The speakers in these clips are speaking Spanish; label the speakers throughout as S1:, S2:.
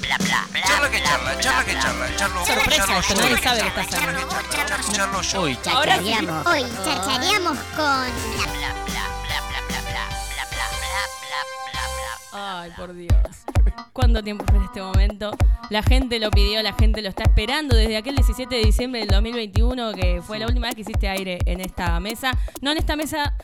S1: bla, bla, bla.
S2: Charla que charla, charla que charla, charlo.
S3: Sorpresa,
S2: charlo
S3: esto,
S2: yo,
S3: nadie sabe que está
S2: Charla que charla, charlo, charlo yo.
S4: Hoy,
S3: Ahora sí.
S5: chachareamos. Hoy chachareamos con.
S1: Bla, bla, bla, bla, bla, bla, bla, bla, bla, bla, bla, bla, bla.
S3: Ay, por Dios. ¿Cuánto tiempo fue este momento? La gente lo pidió, la gente lo está esperando desde aquel 17 de diciembre del 2021, que fue la última vez que hiciste aire en esta mesa. No en esta mesa,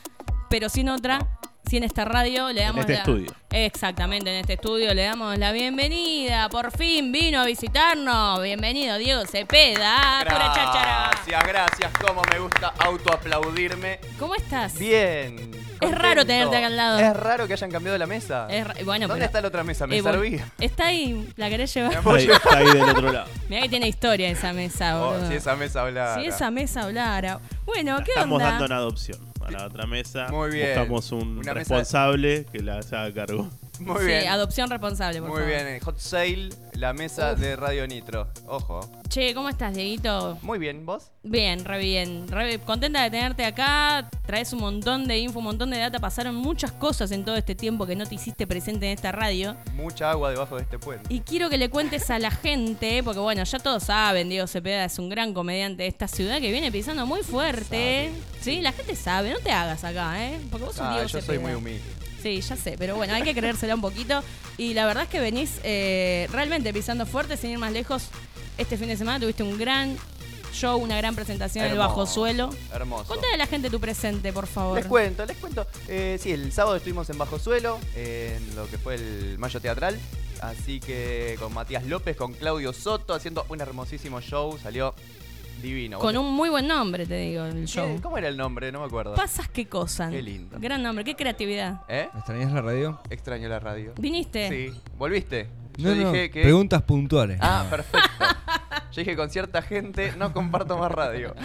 S3: pero sí en otra. Sí en esta radio. Le damos
S4: este
S3: la-
S4: estudio.
S3: Exactamente, en este estudio le damos la bienvenida. Por fin vino a visitarnos. Bienvenido, Diego Cepeda. Ah, Pura cháchara.
S6: Gracias, gracias. Cómo me gusta autoaplaudirme.
S3: ¿Cómo estás?
S6: Bien. contento.
S3: raro tenerte acá al lado.
S6: Es raro que hayan cambiado la mesa.
S3: Es ra- bueno,
S6: ¿Dónde
S3: pero-
S6: está la otra mesa? Me
S3: Eh, bueno,
S6: serví.
S3: Está ahí, la querés llevar.
S4: Está ahí, está ahí del otro lado.
S3: Mirá que tiene historia esa mesa,
S6: Oh,
S3: boludo.
S6: si esa mesa hablara.
S3: Si esa mesa hablara. Bueno,
S4: La
S3: ¿qué
S4: estamos
S3: onda?
S4: dando en adopción a la otra mesa.
S6: Muy bien.
S4: Buscamos un
S6: Una mesa-
S4: responsable que la haga cargo.
S6: Muy
S3: Sí,
S6: bien.
S3: adopción responsable, por
S6: Muy
S3: favor.
S6: bien. eh, Hot Sale, la mesa de Radio Nitro. Ojo.
S3: Che, ¿cómo estás, Dieguito?
S6: Muy bien, ¿vos?
S3: Bien, re bien. Re contenta de tenerte acá. Traes un montón de info, un montón de data. Pasaron muchas cosas en todo este tiempo que no te hiciste presente en esta radio.
S6: Mucha agua debajo de este puente.
S3: Y quiero que le cuentes a la gente, porque bueno, ya todos saben, Diego Cepeda es un gran comediante de esta ciudad que viene pisando muy fuerte. Sí, la gente sabe, no te hagas acá, ¿eh? Porque vos sos
S6: Ah,
S3: Diego
S6: yo soy
S3: Cepeda.
S6: muy humilde.
S3: Sí, ya sé, pero bueno, hay que creérsela un poquito. Y la verdad es que venís eh, realmente pisando fuerte, sin ir más lejos. Este fin de semana tuviste un gran show, una gran presentación en el
S6: Hermoso,
S3: bajo suelo.
S6: Hermoso.
S3: Contale a la gente tu presente, por favor.
S6: Les cuento, les cuento. Eh, sí, el sábado estuvimos en Bajo Suelo, en lo que fue el Mayo Teatral. Así que con Matías López, con Claudio Soto, haciendo un hermosísimo show. Salió divino.
S3: Con
S6: ¿Vos-
S3: un muy buen nombre, te digo, el
S6: ¿Qué-
S3: show.
S6: ¿Cómo era el nombre? No me acuerdo.
S3: Pasas qué cosa.
S6: Qué lindo.
S3: Gran nombre, qué creatividad.
S6: ¿Eh?
S7: ¿Me extrañas la radio?
S6: Extraño la radio.
S3: ¿Viniste?
S6: Sí. ¿Volviste?
S7: No,
S6: Yo
S7: no,
S6: dije que.
S7: preguntas puntuales.
S6: Ah, perfecto. Yo dije con cierta gente no comparto más radio.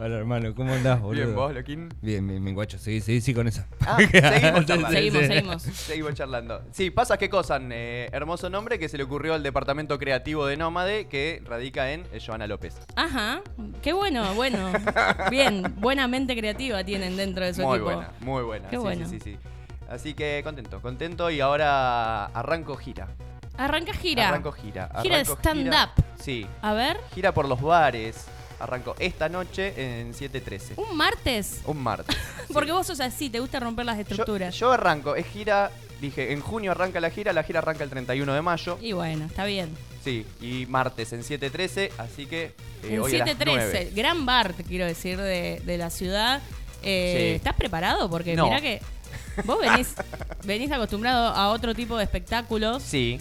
S7: Hola, hermano, ¿cómo andás, boludo?
S6: Bien, vos, Loquín.
S7: Bien, bien, bien, guacho. Sí, sí, sí, con esa.
S6: Ah, seguimos charlando.
S3: Seguimos, seguimos.
S6: Seguimos charlando. Sí, pasa qué cosa. eh, hermoso nombre que se le ocurrió al departamento creativo de Nómade que radica en eh, Joana López.
S3: Ajá, qué bueno, bueno. Bien, buena mente creativa tienen dentro de su
S6: Muy
S3: equipo.
S6: buena, muy buena.
S3: Qué
S6: sí,
S3: bueno.
S6: sí, sí, sí. Así que contento, contento y ahora arranco gira.
S3: Arranca gira.
S6: Arranco gira.
S3: Gira de
S6: arranco
S3: stand-up.
S6: Sí,
S3: A ver,
S6: gira por los bares. Arranco esta noche en 7.13.
S3: un martes.
S6: Un martes.
S3: Uh. Porque vos sos así, te gusta romper las
S6: Yo,
S3: estructuras.
S6: yo arranco, es gira, dije, en junio arranca la gira, la gira arranca el 31 de mayo.
S3: Y bueno, está bien.
S6: Sí, y martes en 7.13, así que... eh,
S3: en
S6: hoy a las 9.
S3: 713, gran bar, te quiero decir, de, de la ciudad. Eh,
S6: Sí.
S3: ¿Estás preparado? Porque
S6: No.
S3: mirá que vos venís, venís acostumbrado a otro tipo de espectáculos
S6: Sí,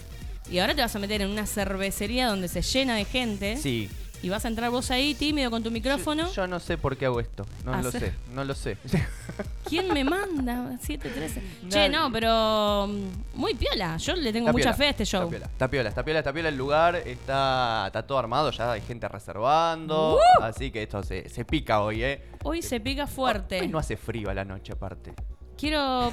S3: y ahora te vas a meter en una cervecería donde se llena de gente
S6: sí.
S3: y vas a entrar vos ahí tímido con tu ¿Eh? micrófono.
S6: Yo no sé por qué hago esto, no lo
S3: Hace-
S6: sé, no lo sé.
S3: ¿Quién me manda? 713. Che,
S6: Nadie.
S3: no, pero mm, muy piola. Yo le tengo
S6: Está
S3: mucha
S6: piola,
S3: fe a este show.
S6: Está piola, está piola, está piola, está piola el lugar, está, está todo armado, ya hay gente reservando, así que esto se, se pica hoy, ¿eh?
S3: Hoy se pica
S6: Hoy
S3: fuerte.
S6: no hace frío a la noche aparte.
S3: Quiero.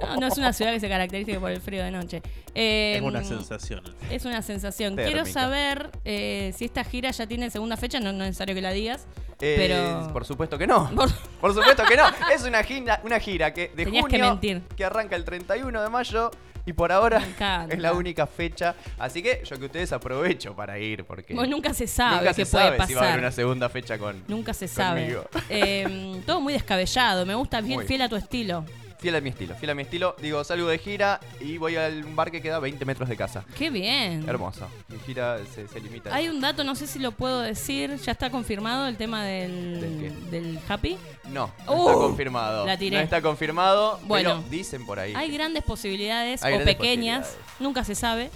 S3: No, no es una ciudad que se caracterice por el frío de noche. Eh,
S4: es una sensación.
S3: Es una sensación. Quiero
S6: Térmica.
S3: saber eh, si esta gira ya tiene segunda fecha. No no es necesario que la digas.
S6: Eh,
S3: pero.
S6: Por supuesto que no.
S3: Por-
S6: Por, supuesto que no. Es una gira, una gira que de
S3: Tenías que
S6: junio
S3: mentir.
S6: que arranca el 31 de mayo y por ahora
S3: Me encanta.
S6: es la única fecha. Así que yo que ustedes aprovecho para ir porque
S3: Vos nunca se sabe
S6: nunca
S3: qué
S6: se
S3: puede
S6: sabe
S3: pasar.
S6: si va a haber una segunda fecha con
S3: Nunca se sabe.
S6: conmigo.
S3: Eh, todo muy descabellado. Me gusta bien
S6: Muy.
S3: fiel a tu estilo.
S6: Fiel a mi estilo, fiel a mi estilo. Digo, salgo de gira y voy al bar que queda 20 metros de casa.
S3: Qué bien.
S6: Hermoso. Mi gira se, se limita. a
S3: Hay
S6: eso.
S3: un dato, no sé si lo puedo decir, ya está confirmado el tema del,
S6: ¿Del
S3: del happy.
S6: No, no está
S3: Uh,
S6: confirmado.
S3: la tiré.
S6: No está confirmado.
S3: Bueno.
S6: Bueno, dicen por ahí.
S3: Hay
S6: que-
S3: grandes posibilidades
S6: Hay
S3: o
S6: grandes
S3: pequeñas,
S6: posibilidades.
S3: nunca se sabe,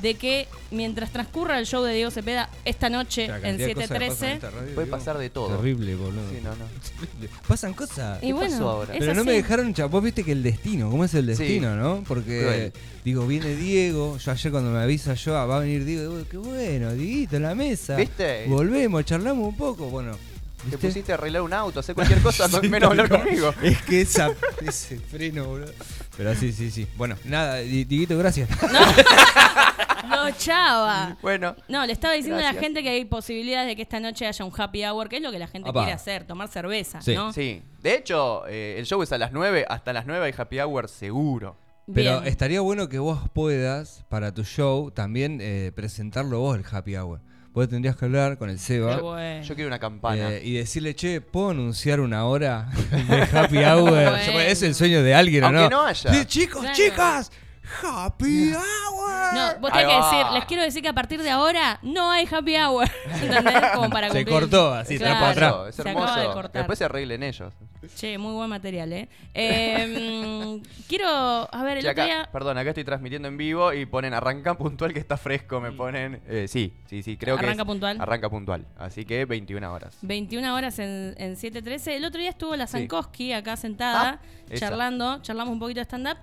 S3: de que mientras transcurra el show de Diego Cepeda esta noche
S7: La
S3: en
S7: cantidad de cosas que pasan en
S3: 713,
S7: esta radio,
S6: Puede
S7: digo,
S6: pasar de todo.
S7: Terrible, boludo.
S6: Sí, no, no.
S7: Pasan cosas.
S3: y bueno,
S6: pasó ahora?
S3: es
S7: Pero no
S3: así.
S7: me dejaron chapó, vos viste que el destino, ¿cómo es el destino, no? Porque,
S6: Cruel.
S7: digo, viene Diego, yo ayer cuando me avisa yo, ah, va a venir Diego, digo, qué bueno, Dieguito, en la mesa.
S6: ¿Viste?
S7: Volvemos, charlamos un poco, bueno.
S6: Te
S7: ¿viste?
S6: pusiste a arreglar un auto, hacer cualquier cosa, menos hablar conmigo.
S7: Es que esa, ese freno, boludo. Pero sí, sí, sí. Bueno, nada, Di- Dieguito, gracias.
S3: Lo chava.
S6: Bueno,
S3: No, le estaba diciendo a la
S6: Gracias.
S3: gente que hay posibilidades de que esta noche haya un happy hour, que es lo que la gente
S7: Apa.
S3: quiere hacer, tomar cerveza,
S7: Sí.
S3: ¿no?
S6: sí. De hecho, eh, el show es a las 9, hasta las 9 hay happy hour seguro.
S7: Pero
S3: Bien.
S7: estaría bueno que vos puedas, para tu show, también eh, presentarlo vos el happy hour. Vos tendrías que hablar con el Seba.
S3: Qué bueno.
S6: Yo quiero una campana.
S7: Eh, y decirle, che, ¿puedo anunciar una hora de happy hour? Yo-
S3: Bueno.
S7: Es el sueño de alguien, ¿o
S6: Aunque
S7: no?
S6: no haya.
S7: Sí, chicos,
S3: Claro.
S7: chicas, happy hour.
S3: No, vos
S6: Ahí
S3: tenés que
S6: va.
S3: decir, les quiero decir que a partir de ahora no hay happy hour. ¿Entendés? Como para
S7: Se
S3: cumplir.
S7: cortó, así,
S3: Claro.
S7: trapo atrás.
S6: Es
S3: Se
S6: hermoso.
S3: acaba de
S6: Que
S3: cortar.
S6: Después se arreglen ellos.
S3: Che, muy buen material, ¿eh? Eh, mm, quiero, a ver, el
S6: Che,
S3: otro
S6: acá-
S3: día...
S6: perdón, acá estoy transmitiendo en vivo y ponen arranca puntual que está fresco, me ponen. Eh, sí, sí, sí, creo que.
S3: Arranca
S6: es-
S3: puntual.
S6: Arranca puntual. Así que 21 horas.
S3: 21 horas en, en 7.13. El otro día estuvo la
S6: Sí.
S3: Sankoski acá sentada,
S6: Ah, esa.
S3: charlando, charlamos un poquito de stand-up.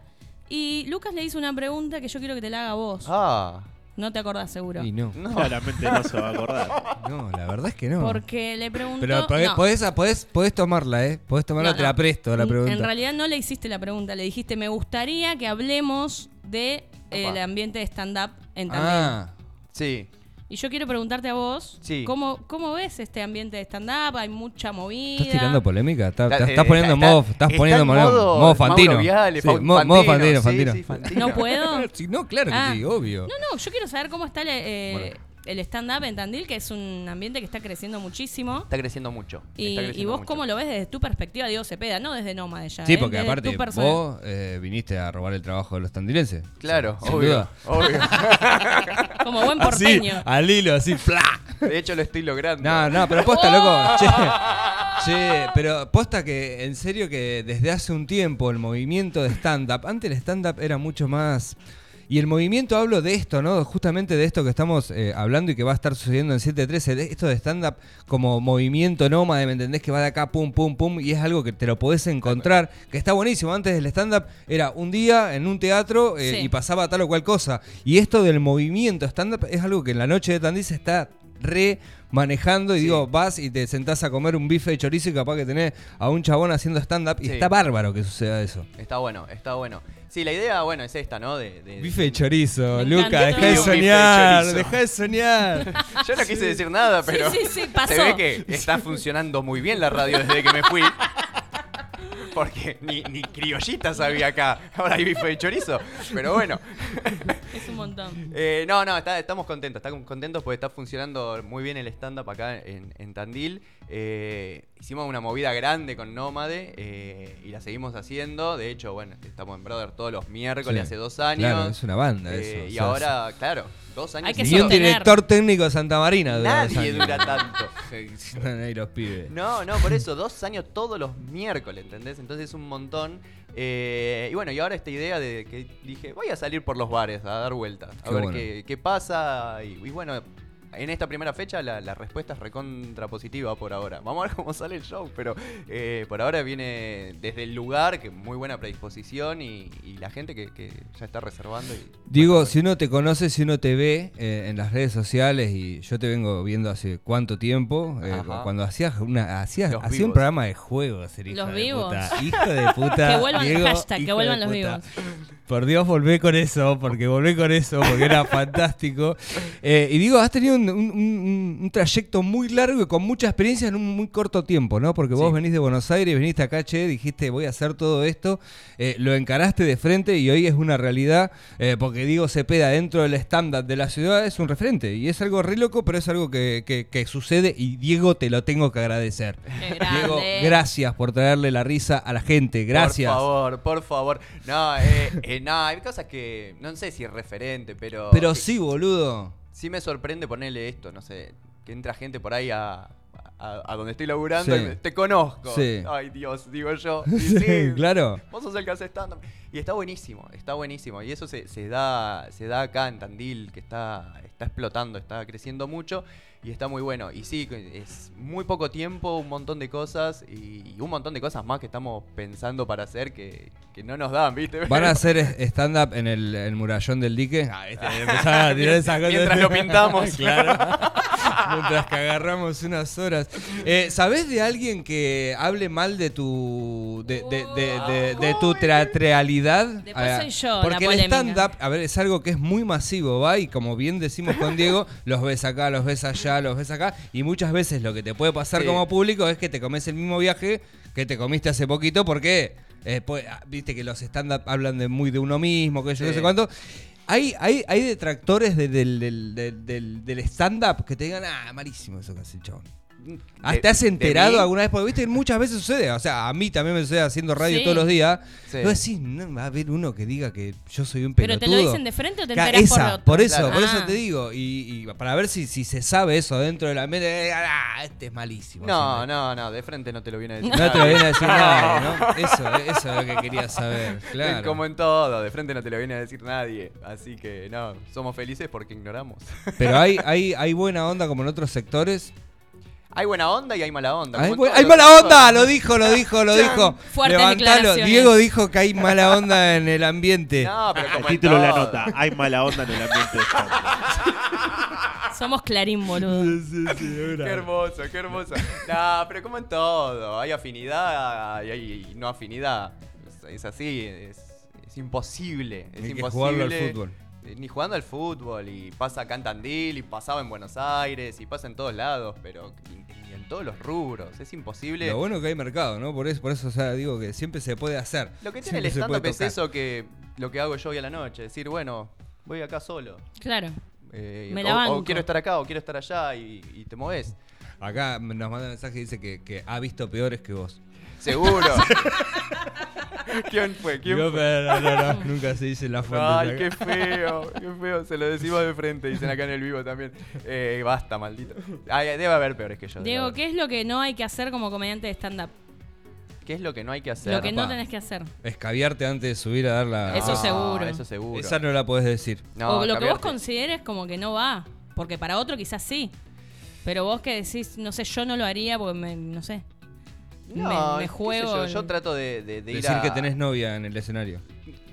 S3: Y Lucas le hizo una pregunta que yo quiero que te la haga vos.
S6: Ah,
S3: No te acordás seguro.
S7: Y no.
S6: no.
S4: Claramente no se va a acordar.
S7: No, la verdad es que no.
S3: Porque le preguntó...
S7: Pero podés,
S3: no.
S7: podés, podés- podés tomarla, ¿eh? Podés tomarla,
S3: No,
S7: te
S3: no.
S7: la presto la
S3: En-
S7: pregunta.
S3: En realidad no le hiciste la pregunta, le dijiste, me gustaría que hablemos de eh,
S6: Opa.
S3: el ambiente de stand-up en Tandil".
S7: ah,
S6: Sí.
S3: Y yo quiero preguntarte a vos,
S6: Sí.
S3: ¿cómo, ¿cómo ves este ambiente de stand-up? Hay mucha movida.
S7: ¿estás tirando polémica? ¿Estás, estás-
S6: eh,
S7: estás poniendo
S6: está-
S7: modo,
S6: está-
S7: estás
S6: está
S7: poniendo
S6: en
S7: modo,
S6: modo
S7: modo fantino.
S6: Mauro Viale,
S7: Sí,
S6: fa-
S7: mo- modo
S6: Fantino,
S7: fantino,
S6: sí,
S7: fantino.
S6: sí, Fantino.
S3: ¿No puedo? No,
S7: Sí, no, claro que
S3: Ah.
S7: sí, obvio.
S3: no, yo quiero saber cómo está el, eh,
S7: Bueno.
S3: el stand-up en Tandil, que es un ambiente que está creciendo muchísimo.
S6: Está creciendo mucho.
S3: Y,
S6: está creciendo
S3: y vos
S6: mucho.
S3: cómo lo ves desde tu perspectiva, Diego Cepeda, no desde Nómade ya.
S7: Sí,
S3: ¿eh?
S7: porque
S3: Desde
S7: aparte
S3: tu persona.
S7: vos eh, viniste a robar el trabajo de los tandilenses.
S6: Claro,
S7: Sin
S6: obvio.
S7: duda.
S6: obvio.
S3: Como buen
S7: Así,
S3: porteño.
S7: al hilo, así, ¡fla!
S6: De hecho, lo estoy logrando.
S7: No, no, pero posta, loco. Che, che, pero posta que en serio que desde hace un tiempo el movimiento de stand-up, antes el stand-up era mucho más... Y el movimiento hablo de esto, ¿no? Justamente de esto que estamos eh, hablando y que va a estar sucediendo en 713, de esto de stand-up como movimiento nómade, ¿me entendés? Que va de acá, pum, pum, pum, y es algo que te lo podés encontrar, que está buenísimo. Antes del stand-up era un día en un teatro eh,
S3: Sí.
S7: y pasaba tal o cual cosa. Y esto del movimiento stand-up es algo que en la noche de Tandil se está re manejando y digo, vas y te sentás a comer un bife de chorizo y capaz que tenés a un chabón haciendo stand-up y
S6: Sí.
S7: está bárbaro que suceda eso.
S6: Está bueno, está bueno. Sí, la idea, bueno, es esta, ¿no? De, de-
S7: Bife de chorizo,
S3: Me
S7: Luca,
S3: encantó.
S7: deja
S6: Bife
S7: de
S6: de
S7: soñar,
S6: chorizo.
S7: deja de soñar.
S6: Yo no quise decir nada,
S3: Sí,
S6: pero
S3: sí, sí, pasó.
S6: se ve que está funcionando muy bien la radio desde que me fui. Porque ni, ni criollita sabía acá. Ahora hay bife de chorizo. Pero bueno.
S3: Es un montón.
S6: Eh, no, no, está- estamos contentos. Estamos contentos porque está funcionando muy bien el stand-up acá en, en Tandil. Eh, hicimos una movida grande con Nómade eh, y la seguimos haciendo. De hecho, bueno, estamos en Brother todos los miércoles
S7: Sí.
S6: hace dos años.
S7: Claro, es una banda
S6: Eh,
S7: eso.
S6: Y
S7: o sea,
S6: ahora, claro, dos años.
S3: Hay que
S6: y
S7: Ni un
S6: todo.
S3: sostener.
S7: director técnico de Santa Marina dura dos
S6: Nadie
S7: años.
S6: dura tanto.
S7: Ahí los pibes.
S6: No, no, por eso, dos años todos los miércoles, ¿entendés? Entonces es un montón. Eh, y bueno, y ahora esta idea de que dije, voy a salir por los bares a dar vuelta, a
S7: Qué
S6: ver
S7: bueno.
S6: qué, qué pasa. Y, y bueno, en esta primera fecha la, la respuesta es recontra positiva por ahora. Vamos a ver cómo sale el show, pero eh, por ahora viene desde el lugar, que muy buena predisposición y, y la gente que, que ya está reservando. y-
S7: Digo, si uno te conoce, si uno te ve eh, en las redes sociales, y yo te vengo viendo hace cuánto tiempo, eh,
S6: Ajá.
S7: cuando hacías una hacías,
S6: Los
S7: hacía un
S6: vivos.
S7: programa de juegos, el hijo
S3: Los
S7: de
S3: vivos.
S7: puta. Hijo de puta.
S3: Que vuelvan,
S7: Diego,
S3: hashtag, que
S7: hijo de
S3: vuelvan los
S7: puta.
S3: vivos.
S7: Por Dios, volvé con eso, porque volvé con eso, porque era fantástico. Eh, y digo, has tenido un, un- un- un trayecto muy largo y con mucha experiencia en un muy corto tiempo, ¿no? Porque vos
S6: Sí.
S7: venís de Buenos Aires, viniste acá, che, dijiste voy a hacer todo esto, eh, lo encaraste de frente y hoy es una realidad, eh, porque Diego Cepeda dentro del estándar de la ciudad es un referente y es algo re loco, pero es algo que, que- que sucede y Diego te lo tengo que agradecer.
S3: Qué
S7: Diego,
S3: grande.
S7: gracias por traerle la risa a la gente, gracias.
S6: Por favor, por favor. No, eh, eh, no, hay cosas que no sé si es referente, pero.
S7: Pero
S6: que-
S7: sí, boludo.
S6: Sí me sorprende ponerle esto, no sé, que entra gente por ahí a, a, a donde estoy laburando
S7: Sí.
S6: y me- te conozco.
S7: Sí.
S6: Ay, Dios, digo yo. Y sí,
S7: claro.
S6: Vos sos el que hace stand Y está buenísimo, está buenísimo. Y eso se, se da, se da acá en Tandil, que está, está explotando, está creciendo mucho y está muy bueno. Y sí, es muy poco tiempo, un montón de cosas y, y un montón de cosas más que estamos pensando para hacer que, que no nos dan, ¿viste?
S7: ¿Van a hacer es- stand-up en el, el murallón del dique? Ah, este, empezaba a tirar esas cosas.
S6: Mientras lo pintamos.
S7: claro. Mientras que agarramos unas horas. Eh, ¿Sabés de alguien que hable mal de tu de, de- de- de- de tu teatralidad?
S3: Después
S7: Ah,
S3: soy yo la
S7: Porque el
S3: polémica.
S7: stand-up, a ver, es algo que es muy masivo, ¿va? Y como bien decimos con Diego, los ves acá, los ves allá, los ves acá. Y muchas veces lo que te puede pasar
S6: Sí.
S7: como público es que te comes el mismo viaje que te comiste hace poquito porque... Eh, pues, ah, Viste que los stand-up hablan de muy de uno mismo, que yo no
S6: Sí.
S7: sé cuánto. Hay, hay, hay detractores de- del, del- del- del- del stand-up que te digan, ah, malísimo eso que hace el chabón. Ah,
S6: De-
S7: ¿Te has
S6: de
S7: enterado
S6: mí?
S7: alguna vez? Porque viste que muchas veces sucede. O sea, a mí también me sucede haciendo radio
S3: Sí.
S7: todos los días.
S6: Sí.
S7: No decís, no, va a haber uno que diga que yo soy un
S3: ¿Pero
S7: pelotudo.
S3: te lo dicen de frente o te
S7: Ca-
S3: enterás por
S7: esa,
S3: otro?
S7: eso,
S6: Claro.
S7: por
S3: Ah.
S7: eso te digo. Y, y para ver si, si se sabe eso dentro de la mente. eh, ah, este es malísimo.
S6: No, no, no, de frente no te lo viene a decir.
S7: No te lo
S6: nadie.
S7: viene a decir nadie, ¿no? Eso, eso es lo que quería saber. Claro.
S6: Como en todo, de frente no te lo viene a decir nadie. Así que no, somos felices porque ignoramos.
S7: Pero hay, hay, hay buena onda como en otros sectores.
S6: hay buena onda y hay mala onda.
S7: Hay,
S6: como en
S7: bu-
S6: todos
S7: hay
S6: los
S7: mala
S6: sectores.
S7: onda, lo dijo, lo dijo, lo dijo.
S3: Fuertes declaraciones.
S7: Diego dijo que hay mala onda en el ambiente.
S6: No, pero
S4: El
S6: como en
S4: título de la
S6: todo.
S4: nota. Hay mala onda en el ambiente de stand-up.
S3: Somos Clarín, boludo.
S6: Qué hermoso, qué hermoso. No, pero como en todo, hay afinidad y hay no afinidad. Es, es así, es, es imposible. Es
S7: Hay que
S6: imposible.
S7: jugarlo al fútbol.
S6: Eh, Ni jugando al fútbol, y pasa acá en Tandil, y pasaba en Buenos Aires, y pasa en todos lados, pero y- y en todos los rubros. Es imposible.
S7: Lo bueno que hay mercado, ¿no? Por eso, por eso o sea, digo que siempre se puede hacer.
S6: Lo que tiene el
S7: Siempre se
S6: stand-up
S7: puede
S6: es
S7: tocar.
S6: eso que lo que hago yo hoy a la noche, decir, bueno, voy acá solo.
S3: Claro.
S6: eh,
S3: Me la
S6: o- o,
S3: banco.
S6: quiero estar acá, o quiero estar allá, y, y te moves.
S7: Acá nos manda un mensaje y dice que, que ha visto peores que vos.
S6: Seguro. ¿Quién fue? ¿Quién
S7: Digo,
S6: fue?
S7: pero no, no, no, nunca se dice la fuente.
S6: Ay, qué feo, qué feo. Se lo decimos de frente, dicen acá en el vivo también. Eh, basta, maldito. Ay, debe haber peores que yo. debe
S3: Diego,
S6: haber.
S3: ¿qué es lo que no hay que hacer como comediante de stand-up?
S6: ¿Qué es lo que no hay que hacer?
S3: Lo que no
S7: pa.
S3: tenés que hacer.
S7: Escabiarte antes de subir a dar la. Ah,
S3: Eso
S6: No,
S3: seguro.
S6: Eso seguro.
S7: Esa no la podés decir.
S6: No,
S3: o lo que vos
S6: cambiarte.
S3: consideres como que no va. Porque para otro quizás sí. Pero vos que decís, no sé, yo no lo haría porque me, no sé.
S6: No,
S3: me- me
S6: qué sé
S3: juego
S6: Yo,
S3: el-
S6: yo trato de, de- de ir
S7: decir
S6: a-
S7: que tenés novia en el escenario.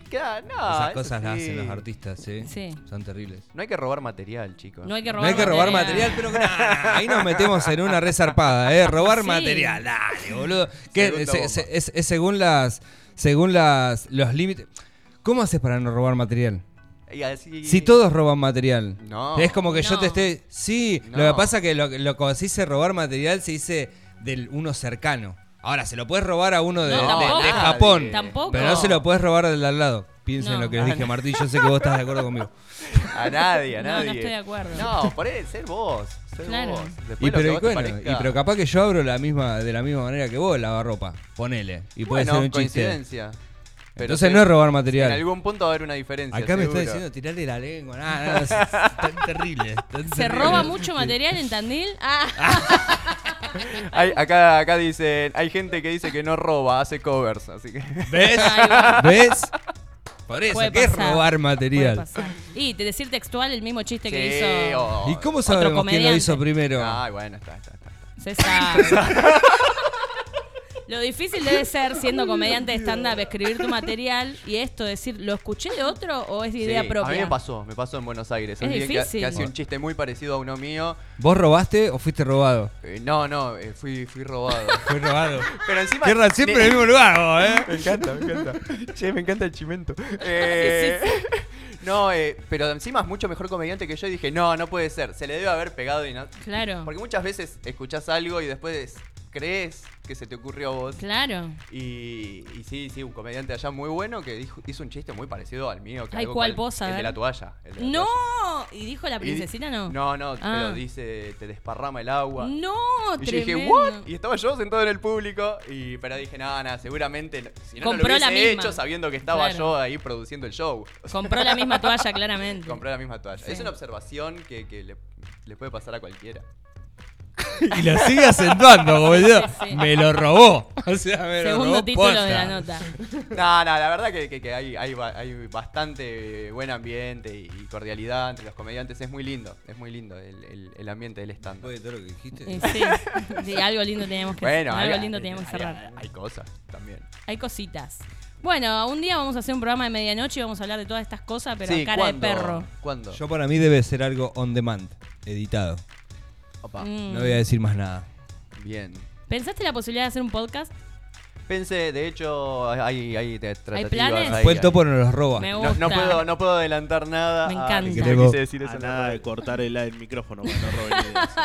S6: Claro, no,
S7: Esas
S6: Ah, eso
S7: cosas las
S6: sí.
S7: hacen los artistas, ¿sí?
S3: Sí.
S7: Son terribles.
S6: No hay que robar material, chicos.
S3: No hay que
S7: No
S3: robar
S7: hay que robar material,
S3: material.
S7: pero que- nah, ahí nos metemos en una resarpada, ¿eh? Robar
S3: Sí.
S7: material, dale, boludo. Que
S6: Segunda
S7: se-
S6: bomba.
S7: se- es, es según las. Según las. los límites. ¿Cómo haces para no robar material?
S6: Y así-
S7: Si todos roban material.
S6: No.
S7: Es como que yo
S3: No.
S7: te esté. Sí,
S6: No.
S7: lo que pasa es que lo, lo que se dice robar material se dice del uno cercano. Ahora, se lo puedes robar a uno de,
S3: No,
S7: de-
S3: tampoco.
S7: de Japón.
S3: Tampoco.
S7: Pero no se lo puedes robar al de al lado. Piensen en
S3: No.
S7: lo que les dije, Martín. Yo sé que vos estás de acuerdo conmigo.
S6: A nadie, a
S3: No, no
S6: nadie.
S3: estoy de acuerdo.
S6: No, por ahí, ser vos. Ser
S3: Claro.
S6: vos. Después
S7: Y
S6: lo que
S7: pero, y
S6: vos te
S7: bueno,
S6: parezca.
S7: y pero capaz que yo abro la misma, de la misma manera que vos el lavarropa. Ponele. Y puede
S6: Bueno,
S7: ser un chiste.
S6: coincidencia. Pero
S7: Entonces
S6: se-
S7: no es robar
S6: En
S7: material.
S6: algún punto va a haber una diferencia.
S7: Acá me está
S6: seguro.
S7: diciendo tirarle la lengua. Nah, nah, es- es tan terrible. tan
S3: ¿Se
S7: terrible.
S3: roba mucho material en Tandil? Ah,
S6: Hay- acá, acá dicen, hay gente que dice que no roba, hace covers, así que.
S7: ¿Ves?
S3: Ahí va.
S7: ¿Ves? Por eso,
S3: Puede
S7: ¿qué es
S3: pasar.
S7: robar
S3: puede
S7: material?
S3: pasar. Y te decir textual el mismo chiste que
S6: Sí,
S3: hizo.
S6: o-
S7: ¿Y cómo
S3: Otro
S7: sabemos quién lo
S3: comediante.
S7: hizo primero?
S6: Ay, bueno, está, está, está.
S3: Se sabe. Lo difícil debe ser, siendo comediante de stand-up, escribir tu material y esto, decir, ¿lo escuché de otro o es de idea
S6: Sí,
S3: propia?
S6: A mí me pasó, me pasó en Buenos Aires.
S3: Es
S6: Alguien que- que,
S3: difícil.
S6: hace un chiste muy parecido a uno mío.
S7: ¿Vos robaste o fuiste robado?
S6: Eh, no, no, eh, fui, fui robado.
S7: Fui robado.
S6: Pero encima.
S7: Tierra siempre en el mismo lugar, vos, ¿eh?
S6: Me encanta, me encanta. Che, me encanta el chimento. Eh, no, eh, pero encima es mucho mejor comediante que yo y dije, no, no puede ser. Se le debe haber pegado y no.
S3: Claro,
S6: Porque muchas veces escuchás algo y después crees que se te ocurrió a vos.
S3: claro.
S6: Y, y sí, sí, un comediante allá muy bueno que dijo- hizo un chiste muy parecido al mío. Que
S3: Ay,
S6: algo
S3: ¿cuál
S6: con-
S3: vos? A
S6: El de
S3: ver.
S6: la toalla. el de la
S3: ¡No!
S6: toalla.
S3: Y dijo
S6: Y
S3: la
S6: di-
S3: princesina, ¿no?
S6: No, no,
S3: Ah.
S6: pero dice, te desparrama el agua.
S3: No,
S6: Y yo
S3: tremendo.
S6: dije, ¿what? Y estaba yo sentado en el público, y pero dije, nada, nada, seguramente, no- si no, no
S3: Compró
S6: lo
S3: la
S6: hubiese
S3: misma.
S6: hecho sabiendo que estaba
S3: Claro.
S6: yo ahí produciendo el show.
S3: Compró la misma toalla, claramente.
S6: Compré la misma toalla.
S3: Sí.
S6: Es una observación que, que le, le puede pasar a cualquiera.
S7: Y la sigue acentuando, boludo.
S3: Sí, sí.
S7: Me lo robó. O sea, me lo
S3: Segundo
S7: robó
S3: título
S7: posta.
S3: de la nota.
S6: No, no, la verdad que, que- que hay, hay, ba- hay bastante buen ambiente y y cordialidad entre los comediantes. Es muy lindo, es muy lindo el, el- el ambiente del stand.
S7: Después de todo lo que dijiste.
S3: Y Eh, sí, sí, algo lindo teníamos que
S6: Bueno,
S3: algo
S6: hay-
S3: lindo teníamos que
S6: hay-
S3: cerrar.
S6: hay cosas también.
S3: Hay cositas. Bueno, un día vamos a hacer un programa de medianoche y vamos a hablar de todas estas cosas, pero
S6: Sí,
S3: a cara
S6: ¿cuándo?
S3: de perro.
S6: ¿Cuándo?
S7: Yo para mí debe ser algo on demand, editado.
S6: Opa,
S3: Mm.
S6: Ah,
S7: No voy a decir más nada.
S6: bien.
S3: ¿Pensaste la posibilidad de hacer un podcast?
S6: Pensé, de hecho, hay, hay te- tratativas.
S3: planes?
S6: hay-
S7: Después el
S6: hay-
S7: topo nos los roba.
S3: Me
S6: No,
S3: gusta.
S6: no puedo, no puedo adelantar nada.
S3: Me
S6: Ah,
S3: encanta.
S6: que
S7: Que
S6: te
S7: tengo-
S6: quise decir eso
S7: Ah,
S4: A
S6: en la
S4: nada
S6: radio.
S4: de cortar el, el micrófono para no robar ideas.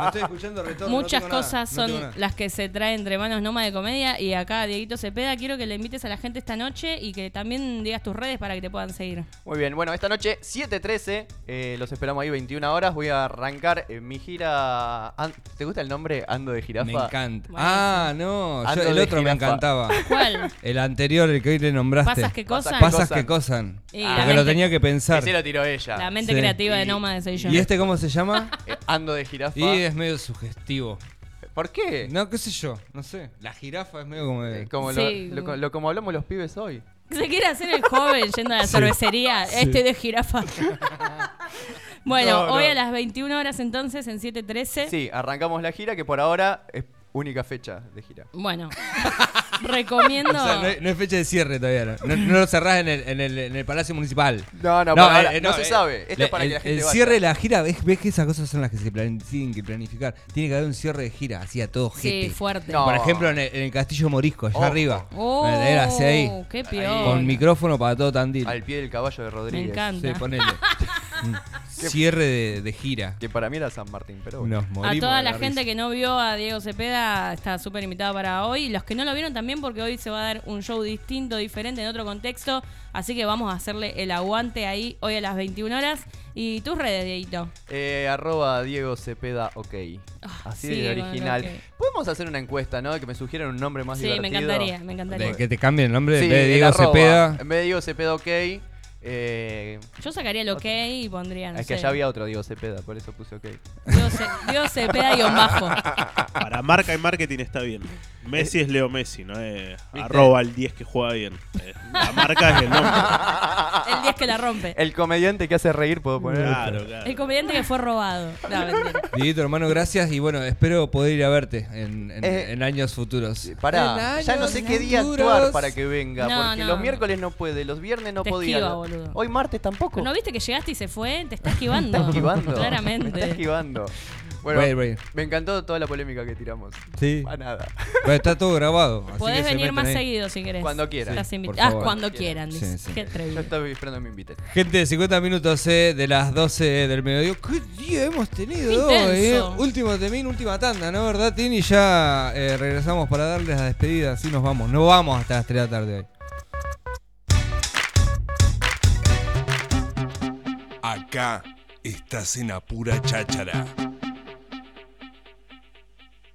S7: No estoy escuchando retorno, no
S3: Muchas
S7: tengo nada,
S3: cosas
S7: no
S3: son
S7: tengo nada.
S3: las que se trae entre manos Noma de Comedia. Y acá, Dieguito Cepeda, quiero que le invites a la gente esta noche y que también digas tus redes para que te puedan seguir.
S6: Muy bien, bueno, esta noche 7.13, eh, los esperamos ahí 21 horas, voy a arrancar eh, mi gira... An- ¿Te gusta el nombre Ando de Jirafa?
S7: Me encanta.
S3: Bueno.
S7: Ah, no, yo-
S6: Ando
S7: el
S6: de
S7: otro me
S6: jirafa.
S7: encantaba.
S3: ¿Cuál?
S7: El anterior, el que hoy le nombraste.
S3: ¿Pasas qué cosas?
S7: Pasas
S6: Cosas.
S7: que cosan.
S3: Y la
S7: Porque lo
S3: mente-
S7: tenía que pensar.
S6: Ese lo tiró ella.
S3: La mente
S7: Sí.
S3: creativa de
S6: Y-
S3: Noma de soy yo.
S7: Ah, ¿Y este cómo se llama?
S6: Eh, ando de Jirafa.
S7: Y es medio sugestivo.
S6: ¿Por qué?
S7: No, qué sé yo, no sé. La jirafa es medio como... de-
S6: Eh, como,
S3: Sí.
S6: lo, lo- lo- como hablamos los pibes hoy.
S3: Se quiere hacer el joven yendo a la cervecería. Este de jirafa. bueno,
S6: No, no.
S3: hoy a las 21 horas entonces, en 7.13.
S6: Sí, arrancamos la gira que por ahora es única fecha de gira.
S3: Bueno, recomiendo...
S7: O sea, no, es- no es fecha de cierre todavía. No, No- no lo cerrás en el, en el- en el Palacio Municipal.
S6: No, no, por ahora no se
S7: eh,
S6: sabe. Esto es para que la gente
S7: El
S6: vaya.
S7: cierre de la gira, ves, ves que esas cosas son las que se plan- tienen que planificar. Tiene que haber un cierre de gira, así a todo gente.
S3: Sí, fuerte.
S6: No.
S7: Por ejemplo, en el, en el Castillo Morisco, allá
S6: Ojo.
S7: arriba. Eh,
S3: Oh,
S7: Era así ahí.
S3: qué peor.
S7: Con micrófono para todo Tandil.
S6: Al pie del caballo de
S3: Me
S6: Rodríguez.
S3: encanta.
S7: Sí, ponele. Mm. cierre de, de gira.
S6: Que para mí era San Martín, pero bueno.
S7: Nos
S3: A
S7: morimos
S3: toda
S7: de
S3: la
S7: risa.
S3: gente que no vio a Diego Cepeda está súper invitado para hoy. Y Los que no lo vieron también porque hoy se va a dar un show distinto, diferente, en otro contexto. Así que vamos a hacerle el aguante ahí hoy a las 21 horas. ¿Y tus redes, Dieguito?
S6: Eh, arroba Diego Cepeda, ok.
S3: Ah,
S6: Así
S3: sí,
S6: de
S3: bueno,
S6: original.
S3: ok.
S6: Podemos hacer una encuesta, ¿no? Que me sugieran un nombre más
S3: sí, me
S6: divertido.
S3: encantaría, me encantaría.
S7: De que te cambie el nombre
S6: Sí,
S7: en vez de
S6: el
S7: Diego
S6: arroba.
S7: Cepeda.
S6: En vez de Diego Cepeda, ok. eh,
S3: Yo sacaría el ok y pondría, no
S6: es que
S3: sé,
S6: allá había otro Diego Cepeda, por eso puse ok.
S3: Diego, Ce- Diego Cepeda guión bajo.
S4: Para marca y marketing está bien. Messi es Leo Messi, no es
S6: Eh, ¿Viste?
S4: arroba al 10 que juega bien. Eh, La marca es el nombre.
S3: El 10 que la rompe.
S6: El comediante que hace reír, puedo poner.
S7: Ah.
S4: Claro, claro.
S3: El comediante que fue robado. No, mentira.
S7: Dieguito, hermano, gracias. Y bueno, espero poder ir a verte en, en-
S6: Eh,
S7: en años futuros.
S6: Pará,
S7: En
S6: ya no
S7: años
S6: sé qué día
S7: futuros.
S6: actuar para que venga,
S3: No,
S6: porque
S3: no,
S6: los
S3: no.
S6: miércoles no puede, los viernes no
S3: Te
S6: podía.
S3: esquiva,
S6: no.
S3: boludo.
S6: Hoy martes tampoco.
S3: ¿No viste que llegaste y se fue? Te está esquivando.
S6: Está esquivando. Me está
S3: Claramente.
S6: esquivando. Bueno,
S7: Voy a ir, voy a ir.
S6: me encantó toda la polémica que tiramos.
S7: Sí.
S6: A nada.
S7: Pero está todo grabado. así que
S3: Podés
S7: se
S3: venir
S7: meten
S3: más
S7: ahí.
S3: seguido si querés.
S6: Cuando quieran.
S3: Estás
S7: Sí,
S3: invi-
S7: por
S3: ah,
S7: favor.
S3: cuando quieran, dice.
S7: Sí, sí.
S3: Qué
S6: Yo
S3: atrevido.
S6: estaba esperando que me inviten.
S7: Gente de 50 minutos eh, de las 12 del mediodía. ¿Qué día hemos tenido
S3: Qué
S7: hoy? eh?
S3: intenso.
S7: Último temín, última tanda, ¿no? ¿Verdad, Tini? Ya eh, regresamos para darles la despedida. Así nos vamos. No vamos hasta las 3 de la tarde hoy.
S8: Acá estás en Apura Cháchara.